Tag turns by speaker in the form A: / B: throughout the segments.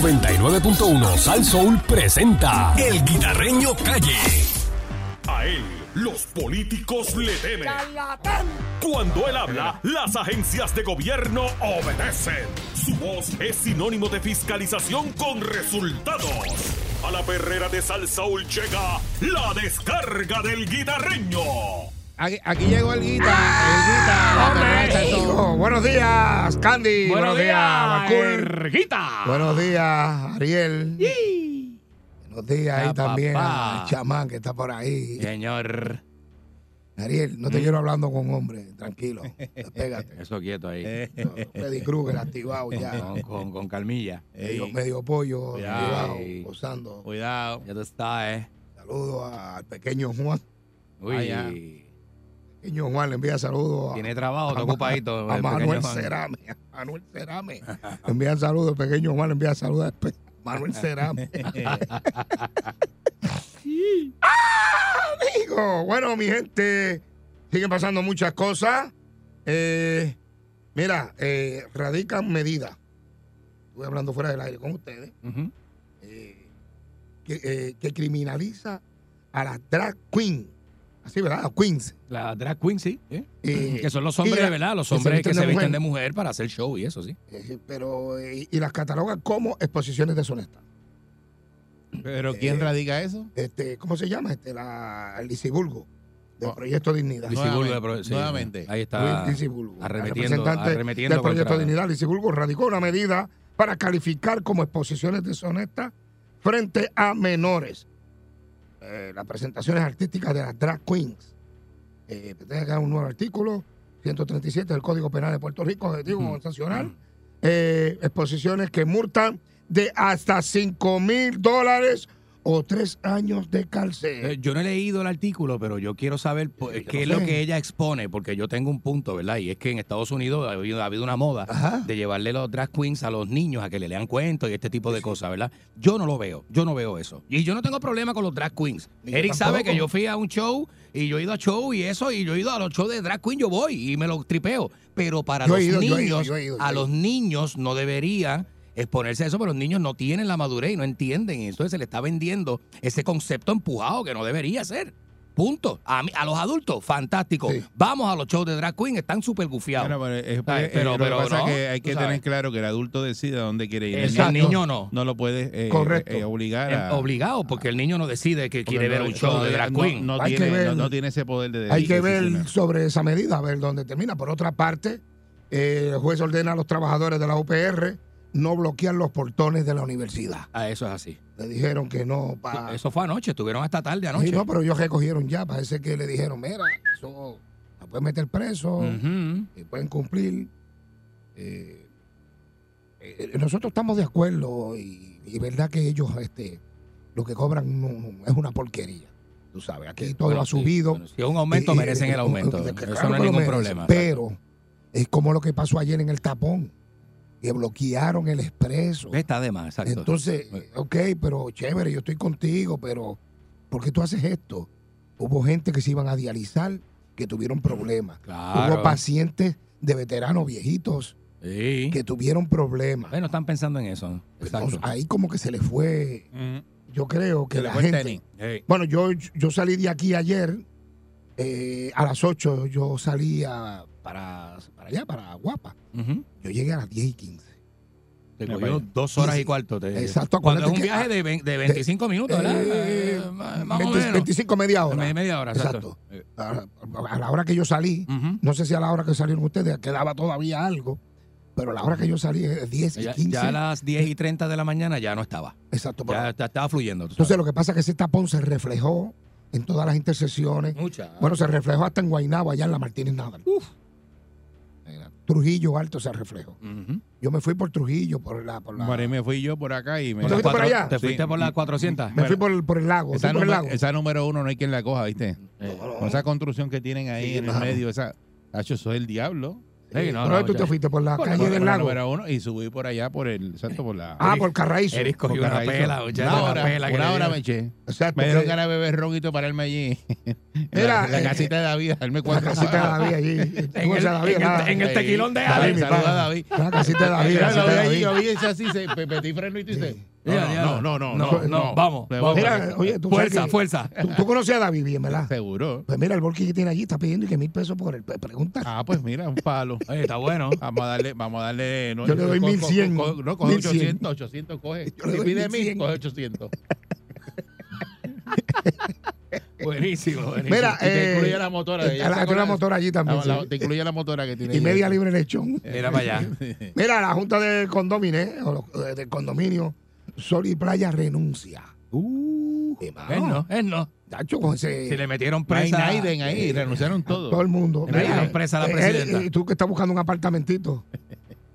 A: 99.1 Sal Soul presenta El Guitarreño Calle.
B: A él, los políticos le temen.
C: ¡Charlatán!
B: Cuando él habla, las agencias de gobierno obedecen. Su voz es sinónimo de fiscalización con resultados. A la perrera de Sal Soul llega la descarga del guitarreño.
D: Aquí, aquí llegó el guita, el guita, la terraza, eso. Buenos días, Candy. Buenos, días, Bakul. Buenos días, Ariel. Buenos días ahí
E: Ya,
D: también
E: papá.
D: al chamán que está por ahí.
E: Señor,
D: Ariel, no te quiero hablando con hombre, tranquilo. Despégate.
E: Mm. eso quieto ahí.
D: Eh, Freddy Krueger activado ya.
E: Con, con, con calmilla.
D: Medio, medio pollo,
E: Ya.
D: activado,
E: Ey.
D: gozando.
F: Cuidado.
E: Ya tú estás, ¿eh?
D: Saludos al pequeño Juan.
E: Uy,
F: Ah, ya.
D: Pequeño Juan le envía saludos a,
E: tiene trabajo, está
D: A-
E: ocupadito.
D: a
E: el
D: Manuel
E: pequeño Juan.
D: Cerame. A Manuel Cerame. Le envían saludos, pequeño Juan le envía saludos a Pe- Manuel Cerame. ¡Ah, amigo! Bueno, mi gente, siguen pasando muchas cosas. Eh, mira, eh, radican medidas. Estuve hablando fuera del aire con ustedes.
E: Ujú.
D: eh, que, eh, que criminaliza a las drag queen. Así, ¿verdad? A queens.
E: La drag queen, sí. ¿eh?
D: Eh,
E: Que son los
D: y
E: hombres,
D: la-
E: ¿verdad? Los
D: que se
E: hombres
D: visten
E: que
D: de
E: se visten
D: mujer.
E: de mujer para hacer show y eso, sí.
D: Eh, pero eh, y las catalogan como exposiciones deshonestas.
F: Pero ¿quién
D: Eh,
F: radica eso?
D: Este, ¿cómo se llama? Este, la el Lisibulgo del
F: Oh.
D: Proyecto Dignidad.
F: Luis-
E: Disibulgo
F: Nuevamente,
E: Ah. pro- sí.
F: nuevamente.
E: Ahí está.
D: Luis Lisibulgo,
E: arremetiendo-
D: la representante
E: arremetiendo
D: del Proyecto
E: contra-
D: Dignidad, Lisibulgo radicó una medida para calificar como exposiciones deshonestas frente a menores. Eh, las presentaciones artísticas de las drag queens. Eh, tenga que haber un nuevo artículo 137 del Código Penal de Puerto Rico, objetivo
E: Ujú.
D: constitucional. eh, exposiciones que multan de hasta 5 mil dólares o tres años de
E: Eh,
D: cárcel.
E: Yo no he leído el artículo, pero yo quiero saber pues,
D: Eh, Este, yo
E: qué
D: no
E: es lo
D: sé.
E: que ella expone, porque yo tengo un punto, ¿verdad? Y es que en Estados Unidos ha habido, ha habido una moda
D: Ajá.
E: de llevarle los drag queens a los niños a que le lean cuentos y este tipo de cosas, ¿verdad? Yo no lo veo, yo no veo eso. Y yo no tengo problema con los drag queens.
D: Ni yo
E: Eric sabe
D: tampoco.
E: que yo fui a un show y yo he ido a show y eso, y yo he ido a los shows de drag queen, yo voy y me lo tripeo. Pero para
D: Yo he
E: los
D: ido, yo
E: niños,
D: he ido, yo he ido, yo
E: a
D: he
E: los niños no debería exponerse a eso, pero los niños no tienen la madurez y no entienden. y Entonces se le está vendiendo ese concepto empujado que no debería ser. Punto. A, mí- a los adultos, fantástico.
D: Sí.
E: Vamos a los shows de drag queen, están súper gufiados.
F: Bueno, pero, es-
E: Ay,
F: es-
E: pero-
F: lo que
E: pero
F: pasa
E: no,
F: es que hay
E: tú
F: que
E: sabes.
F: tener claro que el adulto decide a dónde quiere ir.
E: el,
D: Exacto.
E: niño no.
F: No lo puedes eh,
D: Correcto.
F: eh, obligar a...
E: Eh, Obligado, porque el niño no decide que
F: porque
E: quiere ver
F: no-
E: un show de
F: no- eh,
E: drag
F: no-
E: queen.
F: No,
D: Hay que
F: tiene,
D: ver-
F: no, no tiene ese poder de
D: Hay que
F: decisionar.
D: ver sobre esa medida, a ver dónde termina. Por otra parte, eh, el juez ordena a los trabajadores de la UPR no bloquear los portones de la universidad.
E: Ah, eso es así.
D: Le dijeron que no para...
E: Eso fue anoche, estuvieron hasta tarde anoche.
D: Ah. Sí, no, pero ellos recogieron ya. Parece que le dijeron, mira, eso la pueden meter preso,
E: Ujú.
D: eh, pueden cumplir. Eh, eh, nosotros estamos de acuerdo y, y verdad que ellos este, lo que cobran no- no- es una porquería. Tú sabes, aquí todo
E: Bueno,
D: ha
E: sí,
D: subido.
E: bueno, si es un aumento,
D: Y- y-
E: merecen
D: y-
E: el aumento.
D: y-
E: Eso no
D: claro que
E: es
D: lo
E: ningún
D: merecen,
E: problema.
D: Pero es como lo que pasó ayer en el tapón, que bloquearon el expreso.
E: Está de más, exacto.
D: Entonces, ok, pero chévere, yo estoy contigo, pero ¿por qué tú haces esto? Hubo gente que se iban a dializar, que tuvieron problemas. Hubo
E: claro.
D: pacientes de veteranos viejitos
E: Sí.
D: que pues, tuvieron problemas.
E: Bueno, están pensando en eso. Exacto.
D: Entonces, ahí como que se les fue,
F: Ujú.
D: yo creo que
F: Se le
D: la
F: fue el
D: gente...
F: tenis.
E: Ey.
D: Bueno, yo, yo salí de aquí ayer, eh, a las 8 yo salía para, para allá, para Guapa.
E: Ujú.
D: Yo llegué a las 10 y 15.
E: Te
F: Me
E: cogió
F: parece.
E: dos horas
D: Sí,
E: y cuarto. te-
D: exacto,
E: Eh, Cuando es un
D: acuérdate que- ah,
E: viaje de, vein- de 25 minutos, ¿verdad?
D: Eh,
E: Eh, más más o
D: 20
E: menos.
D: 25, media hora.
E: Me- Media hora, exacto.
D: A, a la hora que yo salí,
E: Ujú.
D: no sé si a la hora que salieron ustedes quedaba todavía algo, pero a la hora que yo salí es 10 y
E: Ya,
D: 15.
E: ya a las 10 y 30 de la mañana ya no estaba.
D: exacto. pero-
E: Ya, ya estaba fluyendo. tú
D: entonces
E: sabes.
D: lo que pasa es que ese tapón se reflejó en todas las intersecciones.
E: Mucha.
D: Bueno, se reflejó hasta en Guaynabo, allá en la Martínez Nadal.
E: Uf.
D: Era Trujillo Alto se reflejó.
E: Ujú.
D: Yo me fui por Trujillo, por la... Por la
F: Bueno, y me fui yo por acá y me...
D: ¿Tú te fuiste por allá?
E: ¿Te
F: Sí.
E: fuiste por las 400?
D: me fui por el, por el lago.
F: Esa,
D: fui por el
F: número-
D: lago.
F: esa número uno no hay quien la coja, ¿viste?
E: Eh,
F: Con esa construcción que tienen ahí
D: Sí,
F: en el
D: claro.
F: medio, esa... Hacho, eso es el diablo. Ey, no,
D: eh, ¿Por dónde
F: no,
D: tú te
F: ya.
D: fuiste? ¿Por la
F: Por la-
D: calle
F: por
D: del
F: la
D: lago?
F: número uno y subí por allá por el. Exacto, por la.
D: Ah, por Carraízo.
E: Eric
F: por
E: cogió una
F: Carraízo.
E: pela, muchachos.
F: Una
E: Una
F: hora,
E: pela que
F: una
E: le
F: hora
E: dieron.
F: me eché.
D: Exacto,
F: Me dieron
D: que-
F: ganas de beber ron y pararme allí. En
D: Mira,
F: la, en la
D: eh,
F: casita de David, a darme
D: La
F: cuatro
D: casita de David allí.
E: En el, en el- en el tequilón de
D: David,
E: Alex.
D: mi
F: Saluda a
D: pana.
F: David.
D: La casita de David,
F: Mira,
D: la
F: lo vi
D: casita
F: allí,
D: de
F: yo
D: David.
F: vi ese así, se pe- metí freno y tú dices.
E: Ya, ya.
F: No, no, no, no, no.
E: Vamos,
F: Me
E: vamos.
F: voy.
D: Mira, oye, tú sabes
E: fuerza,
D: que-
E: fuerza.
D: Tú, tú conocías a David bien, ¿verdad?
F: Seguro.
D: Pues mira, el volky que tiene allí está pidiendo que mil pesos por el. pues Pregunta.
F: Ah, pues mira, un palo.
E: Oye, está bueno.
F: Vamos a darle, vamos a darle. no,
D: Yo le doy
F: co- co-
D: 1100,
F: co- No, coge
D: 1100.
F: 800, 800 coge.
D: Yo le
F: Si
D: doy
F: pide 1000,
D: 1100.
F: coge 800.
E: Buenísimo, buenísimo.
D: Mira,
F: Y te
D: eh,
F: incluye la motora.
D: está la-
F: ella se
D: tiene
F: acuerda-
D: la motora allí también,
F: la- la-
D: sí.
F: Te incluye la motora que tiene.
D: Y
F: ella.
D: media libre lechón.
E: Mira para allá.
D: Mira, la Junta de Condominio, eh, o lo- eh, del condominio, Sol y Playa renuncia.
F: Uh,
D: Eh,
E: Él
D: mano,
E: no, él no.
D: Chacho, con ese.
E: Si le metieron
F: Mike
E: presa.
F: Naiden ahí, renunciaron todos.
D: todo el mundo.
E: Mira,
D: Mira,
E: la presa la
D: eh, él,
E: presidenta.
D: Y tú que estás buscando un apartamentito.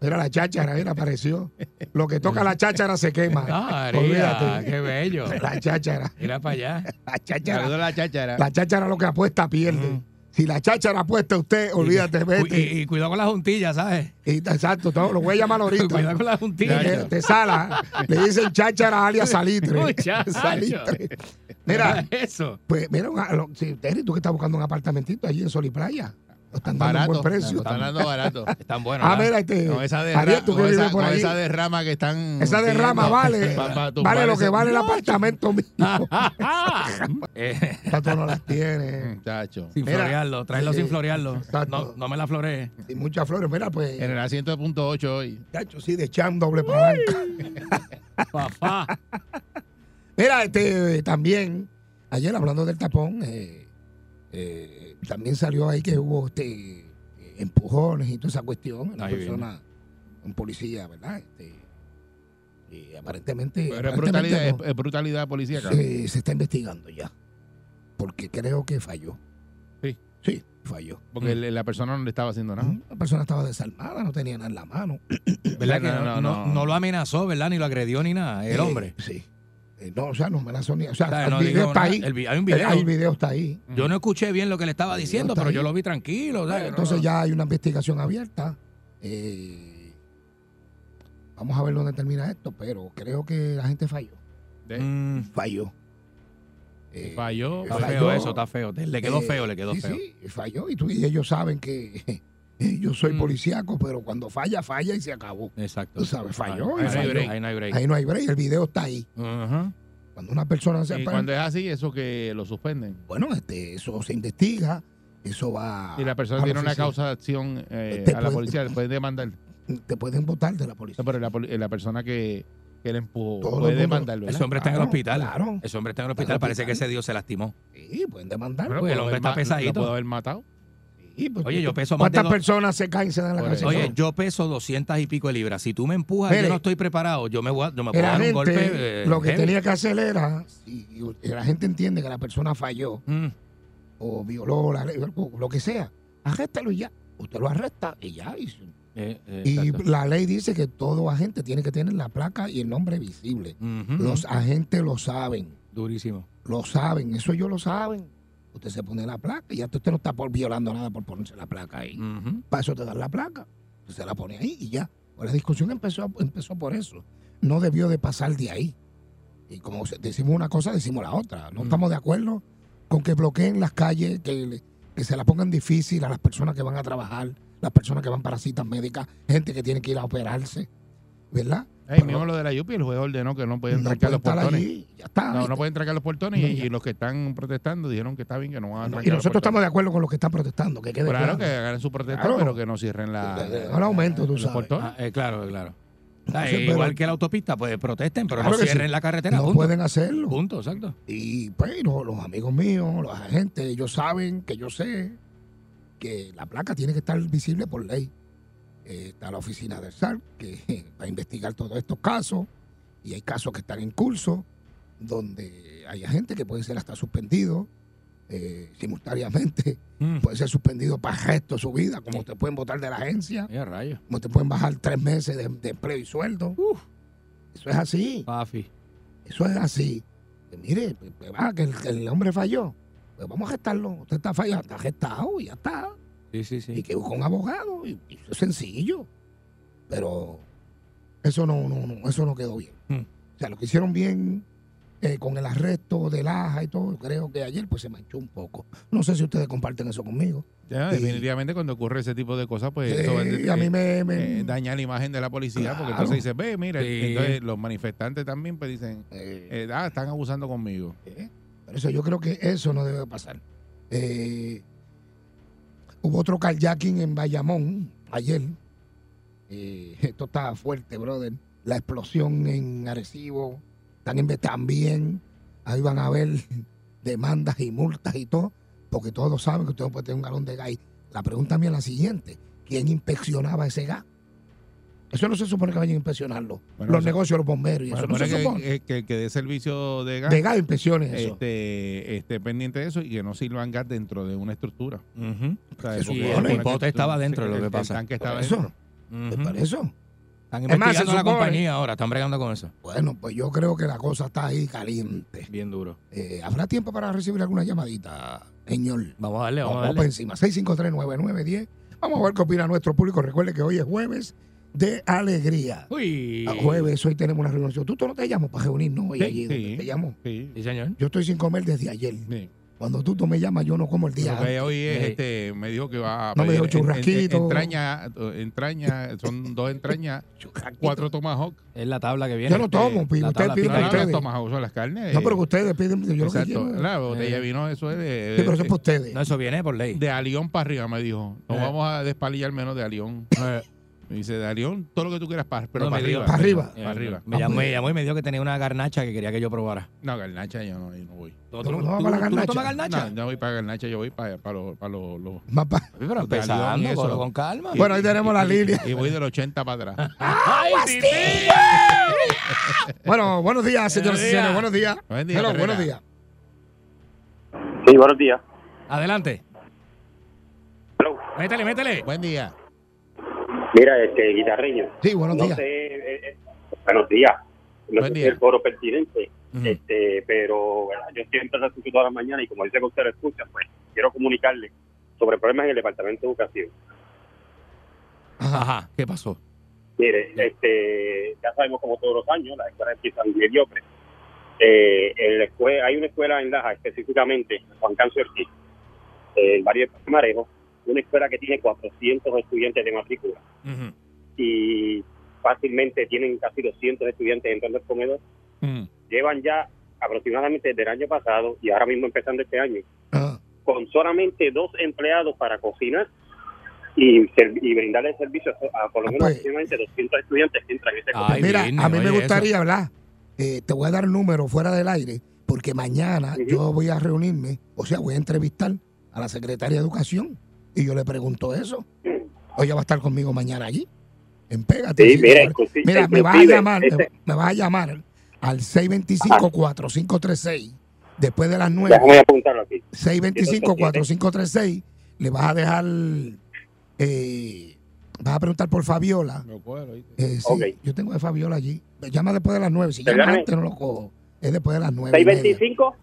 D: Era la cháchara, mira, apareció. Lo que toca la cháchara se quema.
E: Ah, María,
D: Olvídate.
E: qué bello.
D: La cháchara.
E: Mira para allá.
D: La cháchara.
F: Saludos a la cháchara.
D: La cháchara lo que apuesta pierde. Si la cháchara apuesta usted, olvídate,
E: Cu-
D: vete.
E: Y, y cuidado con las juntillas, ¿sabes?
D: Y- exacto, todo, lo voy a llamar
E: Cuidado
D: ahorita.
E: con las juntillas.
D: Eh, Te sala, le dicen cháchara alias salitre.
E: Muchacho.
D: salitre. Mira,
E: eso.
D: pues mira, un- lo- si, Terry, tú que estás buscando un apartamentito allí en Sol y Playa. Lo están dando a un
F: Barato.
D: buen precio.
F: Están dando barato.
E: Están buenos.
D: Ah,
E: ¿verdad?
D: mira, este.
F: Con esa
D: Ariel,
F: derrama,
D: tú que
F: con
D: vives
F: esa,
D: por
F: con
D: allí.
F: esa derrama que están.
D: Esa derrama
F: pidiendo
D: vale.
F: pa- pa tumbar
D: vale lo
F: ese-
D: que vale el apartamento mío.
E: Eh,
D: Tato no las tiene.
F: Muchacho.
E: sin
D: Mira,
E: florearlo, traerlo sin
D: eh,
E: florearlo. No,
D: exacto.
E: no me la floreé.
D: Y muchas flores. Mira, pues.
F: En el asiento de punto 8 hoy.
D: Chacho, sí, de cham doble palanca.
E: Papá.
D: Mira, este eh, también, ayer hablando del tapón, eh, eh, también salió ahí que hubo este eh, empujones y toda esa cuestión. Una
E: Ahí
D: persona, un policía, ¿verdad? Este, y aparentemente.
F: Pero es
D: aparentemente
F: brutalidad,
D: no. eh,
F: es, es brutalidad policíaca.
D: se, se está investigando ya. Porque creo que falló.
F: Sí.
D: Sí, falló.
F: Porque el- la persona no le estaba haciendo nada.
D: La persona estaba desarmada, no tenía nada en la mano.
E: ¿Verdad que no,
F: No, no,
E: no-
F: no.
E: no lo amenazó, ¿verdad? Ni lo agredió ni nada. El
D: Eh,
E: hombre.
D: Sí. Eh, No, o sea, no me la sonía. O sea,
E: O sea,
D: el
E: no
D: video
E: digo
D: está
E: nada.
D: ahí.
E: El vi- hay un
D: El-
E: video.
D: ahí el video está ahí.
E: Yo no escuché bien lo que le estaba diciendo,
D: está
E: pero
D: ahí.
E: yo lo vi tranquilo. o sea, que no-
D: Entonces
E: no-
D: ya hay una investigación abierta. Eh, vamos a ver dónde termina esto, pero creo que la gente falló.
F: De-
E: Mm,
D: Falló. Eh,
F: Falló.
E: está
D: Falló.
E: feo eso, está feo. Le quedó
D: eh,
E: feo, le quedó
D: sí,
E: feo.
D: Sí, falló. Y, tú, y ellos saben que yo soy
E: Mm.
D: policíaco, pero cuando falla, falla y se acabó.
E: Exacto.
D: Tú sabes, falló
E: Ahí,
D: y
E: no hay
D: falló.
E: break. Ahí no hay break.
D: Ahí no hay break, el video está ahí.
E: Ujú.
D: Cuando una persona se
F: Y
D: aprende,
F: cuando es así, eso que lo suspenden.
D: bueno, este, eso se investiga, eso va.
F: Y la
D: a
F: persona
D: la
F: tiene una
D: oficina.
F: causa de acción eh,
D: Te
F: a la
D: puede-
F: policía, le pueden demandar.
D: Te pueden votar de la policía.
F: No, pero la, poli- la persona que, que le empujó
D: Todo el
F: puede
D: mundo-
F: demandarlo.
E: Ese hombre está en el
D: Claro,
E: hospital.
D: claro.
E: Ese hombre está en el
D: Está en
E: hospital.
D: el
E: Parece que
D: hospital.
E: ese Dios se lastimó.
D: Sí, pueden demandar.
E: Bueno, pues el hombre está
F: Lo
E: pesadito.
F: pudo haber matado.
D: Sí, pues,
E: Oye, yo peso más de
D: ¿Cuántas
E: dos-
D: personas se caen y se dan la
F: Por
D: cabeza?
F: eso.
E: Oye, yo peso 200 y pico de libras. Si tú me empujas,
D: Mire.
E: yo no estoy preparado. Yo me voy a, yo me voy a
D: la
E: dar
D: gente,
E: un golpe. eh,
D: lo que
E: heavy.
D: tenía que hacer era, si la gente entiende que la persona falló
E: Mm,
D: o violó la ley, o lo que sea, arréstalo y ya. Usted lo arresta y ya. Y,
E: eh, eh,
D: y
E: exacto.
D: la ley dice que todo agente tiene que tener la placa y el nombre visible.
E: Mm, Ujú.
D: Los agentes lo saben.
E: Durísimo.
D: Lo saben, eso ellos lo saben. Usted se pone la placa y ya usted no está por violando nada por ponerse la placa ahí.
E: Ujú.
D: Para eso te dan la placa. Tú se la pone ahí y ya. Pues la discusión empezó, empezó por eso. No debió de pasar de ahí. Y como se- decimos una cosa, decimos la otra. No
E: Mm.
D: estamos de acuerdo con que bloqueen las calles, que, le- que se la pongan difícil a las personas que van a trabajar, las personas que van para citas médicas, gente que tiene que ir a operarse, ¿verdad?
F: Ahí
D: Pero
F: mismo lo de la Yupi, el juez ordenó que no pueden
D: no
F: trancar los
D: pueden estar
F: portones.
D: allí, ya está.
F: No,
D: ¿viste?
F: no pueden trancar los portones
D: No,
F: y,
D: ya.
F: y los que están protestando dijeron que está bien que no van a
D: No,
F: trancar
D: y
F: los
D: nosotros estamos
F: portones.
D: de acuerdo con los que están protestando. Que quede
F: Claro
D: claro,
F: que hagan su protesta,
D: Claro.
F: pero que no cierren la,
D: No lo aumento, tú
F: los
D: sabes.
F: portones.
E: Ah, eh, claro, claro. O sea,
D: Entonces,
E: eh,
D: pero-
E: igual que la autopista, pues protesten, pero
D: Claro
E: no
D: que sí.
E: cierren la carretera.
D: No
E: punto.
D: pueden hacerlo.
E: Punto, exacto.
D: Y pues lo- los amigos míos, los agentes, ellos saben que yo sé que la placa tiene que estar visible por ley. Eh, está la oficina del SAR que va a investigar todos estos casos y hay casos que están en curso donde hay gente que puede ser hasta suspendido eh, simultáneamente,
E: Mm.
D: puede ser suspendido para el resto de su vida, como te pueden votar de la agencia,
E: Mira, rayos.
D: como te pueden bajar tres meses de, de empleo y sueldo.
E: Uf.
D: Eso es así.
E: Pafi.
D: Eso es así. Que mire, pues, pues, ah, que el, que el hombre falló. Pues vamos a gestarlo. Usted está fallado, está gestado y ya está.
E: Sí, sí, sí.
D: y que busca un abogado. Y, y es sencillo. Pero eso no, no, no, eso no quedó bien.
F: Mm.
E: Hmm.
D: O sea, lo que hicieron bien eh, con el arresto de Laja y todo, creo que ayer pues se manchó un poco. No sé si ustedes comparten eso conmigo.
F: Ya,
D: Sí.
F: definitivamente cuando ocurre ese tipo de cosas, pues
D: Eh,
F: eso va de-
D: a mí
F: eh,
D: me... me-
F: eh, daña la imagen de la policía,
D: Claro.
F: porque entonces dice, ve, mira,
E: Sí.
F: entonces los manifestantes también pues dicen,
D: eh,
F: eh, ah, están abusando conmigo.
D: ¿Eh? Por eso yo creo que eso no debe de pasar. Eh, hubo otro kayaking en Bayamón ayer. Eh, esto está fuerte, brother. La explosión en Arecibo. Están en- También ahí van a haber demandas y multas y todo, porque todos saben que usted no puede tener un galón de gas. Y La pregunta mía es la siguiente. ¿Quién inspeccionaba ese gas? Eso no se supone que vayan a inspeccionarlo.
F: Bueno,
D: los
F: o sea,
D: negocios, los bomberos y
F: Bueno,
D: eso no
F: supone
D: se supone.
F: que, que, que dé servicio de gas
D: de gas inspecciones eso.
F: este, esté pendiente de eso y que no sirvan gas dentro de una estructura.
E: Ujú.
F: O
D: Sí,
F: sea, porque
D: el
F: supone que
E: hipote
F: tú-
E: estaba dentro,
F: sí,
E: lo
F: el-
E: que pasa.
F: El tanque estaba
D: Por eso.
F: dentro.
D: Pues
E: Ujú.
D: para eso.
E: Están
D: Es más, se
E: investigando la
D: supone-
E: compañía ahora, están bregando con eso.
D: Bueno, pues yo creo que la cosa está ahí caliente.
E: Bien duro.
D: Eh, ¿Habrá tiempo para recibir alguna llamadita, señor?
E: Vamos a darle, vamos,
D: Vamos
E: a
D: para
E: darle.
D: encima. 6539910. Vamos a ver qué opina nuestro público. Recuerde que hoy es jueves de alegría.
E: Uy.
D: A jueves, hoy tenemos una reunión. Tú, tú no te llamas para reunirnos hoy
F: Sí,
D: allí. donde
F: sí.
D: Te llamo.
F: Sí.
E: Sí, señor.
D: Yo estoy sin comer desde ayer.
F: sí.
D: Cuando tú, tú me llamas, yo no como el día.
F: Lo que ella hoy es,
E: Sí.
F: este, me dijo que va a
D: Ah, eh, No, me
F: pedir
D: dijo
F: en-
D: churrasquito.
F: en- entraña, entraña, son dos entrañas,
D: antes.
F: cuatro tomahawk.
E: Es la tabla que viene.
D: Yo no tomo,
E: Eh,
D: Pino,
E: la
D: usted
E: tabla
F: No,
D: pide
E: final.
F: no,
D: ustedes.
F: las tomahawk son las carnes.
D: No, pero
F: eh,
D: que ustedes piden. Yo lo que
F: Exacto.
D: quiero-
F: La botella
E: Eh.
F: de vino, eso es de, eh,
D: Sí, pero eso es para ustedes.
E: No, eso viene por ley.
F: de Alión para arriba, me dijo. No
E: Eh.
F: vamos a despalillar menos de Alión.
E: Eh,
F: Me dice, de Alión, todo lo que tú quieras, pa- pero
E: No,
F: para
E: me dijo-
F: arriba.
D: Pa' arriba.
E: eh,
F: Para arriba.
E: Me llamó, me llamó y me dijo que tenía una garnacha que quería que yo probara.
F: No, garnacha yo no, yo no voy.
E: ¿Tú,
D: No,
E: tú-
D: no,
E: tú-
D: para la
E: tú no
D: garnacha.
E: tomas garnacha?
F: No, no voy para garnacha, yo voy para, para los... Para los, los-
D: Más pa-
E: Pero
F: de Alión y
E: empezando,
F: eso.
E: cógelo con calma.
D: Bueno, ahí tenemos la línea.
F: Y voy del 80 para atrás.
E: ¡Ay,
D: Bueno, buenos días, señoras y
E: Buenos
D: señores.
E: días.
D: Buenos días.
F: Buen día,
D: Hello,
F: Herrera.
D: buenos días.
C: Sí, buenos días.
E: Adelante.
C: Hello.
E: Métele, métele.
F: Buen día.
C: Mira, este guitarreño.
D: Sí, buenos
C: no
D: días.
C: sé, eh, eh, buenos días. No
F: Buen
C: sé
F: día.
C: si el foro pertinente,
F: Ujú.
C: este, pero bueno, yo siempre lo escucho todas las mañanas y como dice que usted lo escucha, pues quiero comunicarle sobre problemas en el Departamento de Educación.
E: Ajá, ¿qué pasó?
C: Mire, este, ya sabemos como todos los años, las escuelas empiezan mediocres. Eh, en la escuela, hay una escuela en Laja, específicamente, Juan Cancio Ortiz, eh, el barrio de Marejo, una escuela que tiene 400 estudiantes de matrícula.
E: Ujú.
C: y fácilmente tienen casi 200 estudiantes entrando al comedor.
F: Mm.
C: Llevan ya aproximadamente desde el año pasado y ahora mismo empezando este año
D: Ah,
C: con solamente dos empleados para cocinar y, ser- y brindarle servicio a, a por lo
D: Ah,
C: menos
D: pues.
C: aproximadamente 200 estudiantes que entran en ese comedor.
E: Ay,
D: mira,
E: Disney,
D: a mí me
E: oye,
D: gustaría hablar. eh, te voy a dar número fuera del aire, porque mañana
C: Ujú.
D: yo voy a reunirme, o sea, voy a entrevistar a la secretaria de Educación y yo le pregunto eso. Ella va a estar conmigo mañana allí. En Pégate.
C: Sí,
D: sí,
C: mira,
D: hombre.
C: inclusive-
D: Mira, me vas a
C: inclusive,
D: llamar, me,
C: este-
D: me vas a llamar al 625-4536 después de las 9.
C: Déjame apuntarlo aquí.
D: 625-4536. Le vas a dejar. eh, vas a preguntar por Fabiola.
F: Lo cuelo, ¿viste?
D: Eh, sí,
C: Ok.
D: Yo tengo de Fabiola allí. Me llama después de las 9. Si
C: Te
D: llama
C: gané.
D: antes, no lo cojo. Es después de las 9.
C: 625.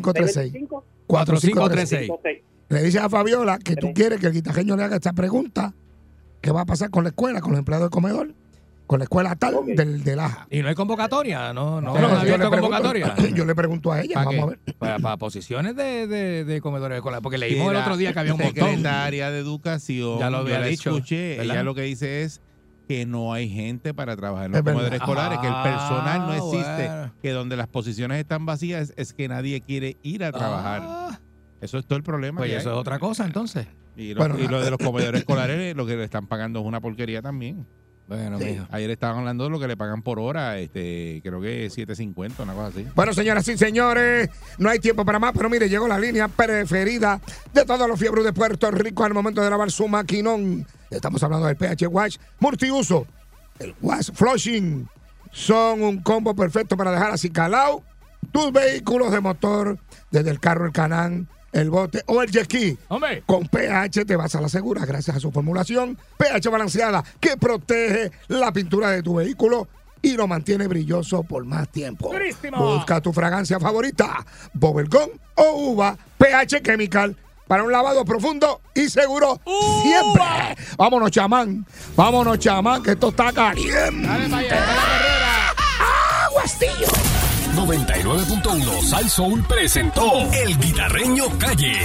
D: 4536.
C: 625,
E: 4536.
D: 4536.
C: 6.
D: Le dices a Fabiola que tú
C: Tres.
D: quieres que el guitarreño le haga esta pregunta. ¿Qué va a pasar con la escuela, con los empleados del comedor? Con la escuela tal
C: Ok.
D: del, del AJA.
E: Y no hay convocatoria, no, no,
D: Pero
E: han
D: yo le
E: abierto
D: pregunto-
E: convocatoria.
D: yo le pregunto a ella,
F: ¿Para
D: vamos
F: qué?
D: a ver.
E: para, para posiciones de, de, de comedores de escuela, porque leímos el
F: Era
E: otro día que había un montón.
F: Secretaria de Educación.
E: Ya lo había
F: yo la
E: dicho,
F: escuché.
E: ¿verdad?
F: Ella lo que dice es que no hay gente para trabajar en los
D: Es verdad.
F: comedores escolares, que el personal no
E: Ah,
F: existe,
E: bueno.
F: que donde las posiciones están vacías es, es que nadie quiere ir a trabajar.
E: Ah,
F: Eso es todo el problema.
E: pues
F: que
E: eso
F: hay.
E: es otra cosa entonces.
F: Y, lo,
D: Bueno,
F: y
D: la-
F: lo de los comedores escolares, eh, lo que le están pagando es una porquería también.
E: Bueno,
D: Sí.
E: mijo.
F: Ayer estaban hablando de lo que le pagan por hora, este creo que 7.50, una cosa así.
D: Bueno, señoras y señores, no hay tiempo para más, pero mire, llegó la línea preferida de todos los fiebres de Puerto Rico al momento de lavar su maquinón. Estamos hablando del PH Wash multiuso, el Wash Flushing. Son un combo perfecto para dejar así calado tus vehículos de motor, desde el carro, el canán, el bote o el jet ski.
E: Hombre,
D: Con PH te vas a la segura gracias a su formulación PH balanceada que protege la pintura de tu vehículo y lo mantiene brilloso por más tiempo.
E: ¡Durísimo!
D: Busca tu fragancia favorita, Bubblegum o Uva PH Chemical para un lavado profundo y seguro siempre. Vámonos, chamán. Vámonos, chamán, que esto está caliente. Aguastillo.
A: 99.1 Sal Soul presentó El Guitarreño Calle.